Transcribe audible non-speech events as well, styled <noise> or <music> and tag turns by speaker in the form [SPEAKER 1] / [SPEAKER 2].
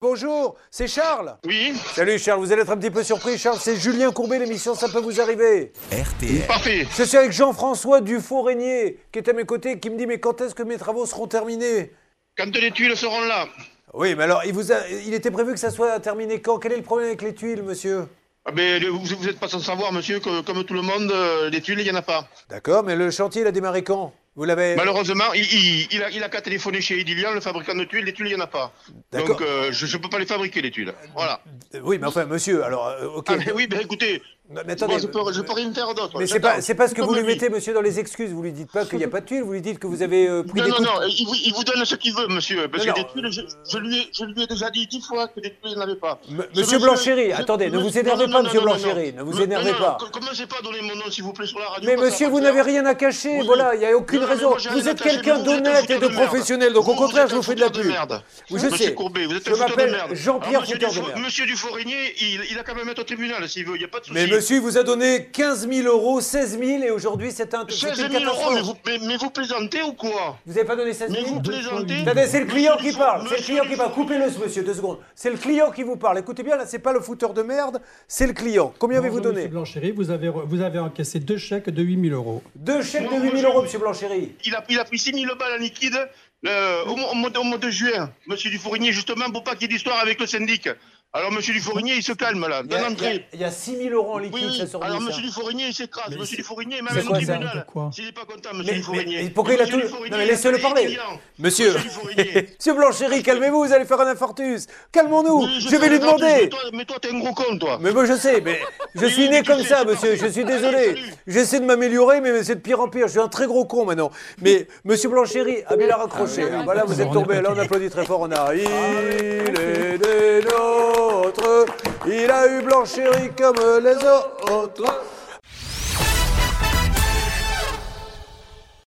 [SPEAKER 1] bonjour, c'est Charles.
[SPEAKER 2] Oui,
[SPEAKER 1] Salut Charles, vous allez être un petit peu surpris. Charles, c'est Julien Courbet, l'émission Ça peut vous arriver.
[SPEAKER 3] RTL.
[SPEAKER 2] parfait.
[SPEAKER 1] Je suis avec Jean-François Dufault-Régnier, qui est à mes côtés, qui me dit Mais quand est-ce que mes travaux seront terminés
[SPEAKER 2] Quand les tuiles seront là,
[SPEAKER 1] Oui, mais alors, il, vous a- il était prévu que ça soit terminé quand Quel est le problème avec les tuiles, monsieur
[SPEAKER 2] ah ben, le- vous vous êtes pas sans savoir, monsieur, que comme tout le monde, euh, les tuiles, il n'y en a pas.
[SPEAKER 1] D'accord, mais le chantier, il a démarré quand Vous l'avez.
[SPEAKER 2] Bah Malheureusement, il, il, il a, il a qu'à téléphoner chez Idilian, le fabricant de tuiles, les tuiles, il n'y en a pas.
[SPEAKER 1] D'accord.
[SPEAKER 2] Donc, euh, je ne peux pas les fabriquer, les tuiles. Voilà.
[SPEAKER 1] Euh, Oui, mais enfin, monsieur, alors, euh, ok.
[SPEAKER 2] Ah, mais oui, ben écoutez,
[SPEAKER 1] Non, mais
[SPEAKER 2] moi,
[SPEAKER 1] attendez.
[SPEAKER 2] je ne peux, je peux rien faire d'autre.
[SPEAKER 1] Mais c'est
[SPEAKER 2] J'attends.
[SPEAKER 1] pas, c'est pas ce que
[SPEAKER 2] Comme
[SPEAKER 1] vous lui
[SPEAKER 2] lui.
[SPEAKER 1] mettez, monsieur, dans les excuses. Vous lui dites pas qu'il n'y a pas de tuiles, vous lui dites que vous avez euh, pris
[SPEAKER 2] Non,
[SPEAKER 1] des
[SPEAKER 2] non,
[SPEAKER 1] coups-
[SPEAKER 2] non, il vous, il vous donne ce qu'il veut, monsieur. Parce
[SPEAKER 1] Non,
[SPEAKER 2] que
[SPEAKER 1] non.
[SPEAKER 2] des tuiles, je, je lui ai, je lui ai déjà dit dix fois que des tuiles, il n'y en avait pas.
[SPEAKER 1] M-
[SPEAKER 2] Je-
[SPEAKER 1] monsieur Blanchéry, attendez, ne
[SPEAKER 2] je-
[SPEAKER 1] vous énervez
[SPEAKER 2] non,
[SPEAKER 1] pas,
[SPEAKER 2] non,
[SPEAKER 1] monsieur
[SPEAKER 2] non, non,
[SPEAKER 1] Blanchéry,
[SPEAKER 2] non.
[SPEAKER 1] ne vous
[SPEAKER 2] Non,
[SPEAKER 1] énervez
[SPEAKER 2] non,
[SPEAKER 1] pas.
[SPEAKER 2] com- Commencez pas à donner mon nom, s'il vous plaît, sur la radio.
[SPEAKER 1] Mais
[SPEAKER 2] parce que
[SPEAKER 1] monsieur,
[SPEAKER 2] ça
[SPEAKER 1] vous
[SPEAKER 2] va
[SPEAKER 1] n'avez
[SPEAKER 2] faire-
[SPEAKER 1] rien à cacher,
[SPEAKER 2] Oui,
[SPEAKER 1] voilà,
[SPEAKER 2] oui.
[SPEAKER 1] il n'y a aucune
[SPEAKER 2] Non, non, mais
[SPEAKER 1] raison.
[SPEAKER 2] moi, j'ai rien
[SPEAKER 1] Vous
[SPEAKER 2] à
[SPEAKER 1] êtes
[SPEAKER 2] cacher,
[SPEAKER 1] quelqu'un
[SPEAKER 2] vous, vous êtes un
[SPEAKER 1] d'honnête et de
[SPEAKER 2] fouteur de merde.
[SPEAKER 1] professionnel, donc au
[SPEAKER 2] Vous, vous
[SPEAKER 1] contraire,
[SPEAKER 2] êtes
[SPEAKER 1] je
[SPEAKER 2] un
[SPEAKER 1] vous fais de la
[SPEAKER 2] fouteur
[SPEAKER 1] pub.
[SPEAKER 2] de merde. Ah,
[SPEAKER 1] Oui, je
[SPEAKER 2] Monsieur
[SPEAKER 1] sais.
[SPEAKER 2] Courbet, vous êtes un
[SPEAKER 1] Je
[SPEAKER 2] fouteur de
[SPEAKER 1] m'appelle
[SPEAKER 2] merde.
[SPEAKER 1] Jean-Pierre
[SPEAKER 2] Alors, monsieur
[SPEAKER 1] Fouteur de
[SPEAKER 2] Dufo-
[SPEAKER 1] merde.
[SPEAKER 2] Monsieur Dufourigné, il, il a quand même être au tribunal s'il veut, il n'y a pas de souci.
[SPEAKER 1] Mais monsieur, il vous a donné 15 000 euros, 16 000, et aujourd'hui, c'est un. c'est
[SPEAKER 2] 16
[SPEAKER 1] une
[SPEAKER 2] 000 euros, mais
[SPEAKER 1] catastrophe.
[SPEAKER 2] vous, mais, mais vous plaisantez ou quoi
[SPEAKER 1] Vous n'avez pas donné 16
[SPEAKER 2] Mais
[SPEAKER 1] 000
[SPEAKER 2] vous plaisantez
[SPEAKER 1] Attendez, c'est le client qui
[SPEAKER 2] Monsieur
[SPEAKER 1] parle,
[SPEAKER 2] Dufo-
[SPEAKER 1] c'est le client qui
[SPEAKER 2] Monsieur
[SPEAKER 1] parle. Coupez-le, ce monsieur, deux secondes. C'est le client qui vous parle. Écoutez bien, là, c'est pas le fouteur de merde, c'est le client. Combien avez-vous
[SPEAKER 4] Bonjour,
[SPEAKER 1] donné
[SPEAKER 4] Monsieur Blanchéry, vous avez, re- vous avez encaissé deux chèques de 8 000 euros.
[SPEAKER 1] Deux chèques de
[SPEAKER 2] Bonjour,
[SPEAKER 1] 8 000 euros, monsieur Blanchéry.
[SPEAKER 2] il a, il a pris 6 000 balles en liquide euh, au, mois- au mois de- au mois de juin, monsieur Dufourigné, justement pour pas qu'il y ait d'histoire avec le syndic. Alors monsieur Dufourigné, il se calme là,
[SPEAKER 1] Il y,
[SPEAKER 2] dans
[SPEAKER 1] a, il y a-
[SPEAKER 2] l'entrée.
[SPEAKER 1] il y a 6 000 euros en
[SPEAKER 2] Oui,
[SPEAKER 1] liquide,
[SPEAKER 2] oui.
[SPEAKER 1] ça sort
[SPEAKER 2] Alors
[SPEAKER 1] d'où, ça
[SPEAKER 2] monsieur Dufourigné, il s'écrase. Monsieur Dufourigné, il
[SPEAKER 4] c'est
[SPEAKER 2] m'amène au
[SPEAKER 4] quoi, ça
[SPEAKER 2] tribunal.
[SPEAKER 4] De quoi
[SPEAKER 2] S'il n'est pas content, monsieur
[SPEAKER 1] Mais- mais-
[SPEAKER 2] Dufourigné.
[SPEAKER 1] mais pourquoi il a
[SPEAKER 2] Monsieur
[SPEAKER 1] tout-
[SPEAKER 2] Dufourigné,
[SPEAKER 1] Non, mais
[SPEAKER 2] il a
[SPEAKER 1] laissez-le
[SPEAKER 2] fait
[SPEAKER 1] parler.
[SPEAKER 2] humiliant.
[SPEAKER 1] Monsieur.
[SPEAKER 2] Dufourigné.
[SPEAKER 1] <laughs> Monsieur Blanchéry, calmez-vous, vous allez faire un infarctus. Calmons-nous,
[SPEAKER 2] Oui,
[SPEAKER 1] je,
[SPEAKER 2] sais,
[SPEAKER 1] vais lui
[SPEAKER 2] mais toi, tu-
[SPEAKER 1] demander.
[SPEAKER 2] mais toi- Mais toi, t'es un gros con, toi.
[SPEAKER 1] Mais moi je sais, mais je
[SPEAKER 2] Oui,
[SPEAKER 1] suis
[SPEAKER 2] oui,
[SPEAKER 1] né
[SPEAKER 2] mais tu
[SPEAKER 1] comme
[SPEAKER 2] sais,
[SPEAKER 1] ça,
[SPEAKER 2] c'est
[SPEAKER 1] monsieur,
[SPEAKER 2] parti.
[SPEAKER 1] je suis
[SPEAKER 2] Allez,
[SPEAKER 1] désolé.
[SPEAKER 2] salut.
[SPEAKER 1] J'essaie de m'améliorer, mais c'est de pire en pire, je suis un très gros con maintenant. Mais monsieur Blanchéry, ah, mais il a raccroché. Ah, voilà, vous
[SPEAKER 4] d'accord.
[SPEAKER 1] êtes
[SPEAKER 4] On est
[SPEAKER 1] tombé, là on applaudit très fort, on a. Il est des nôtres, il a eu Blanchéry comme les autres.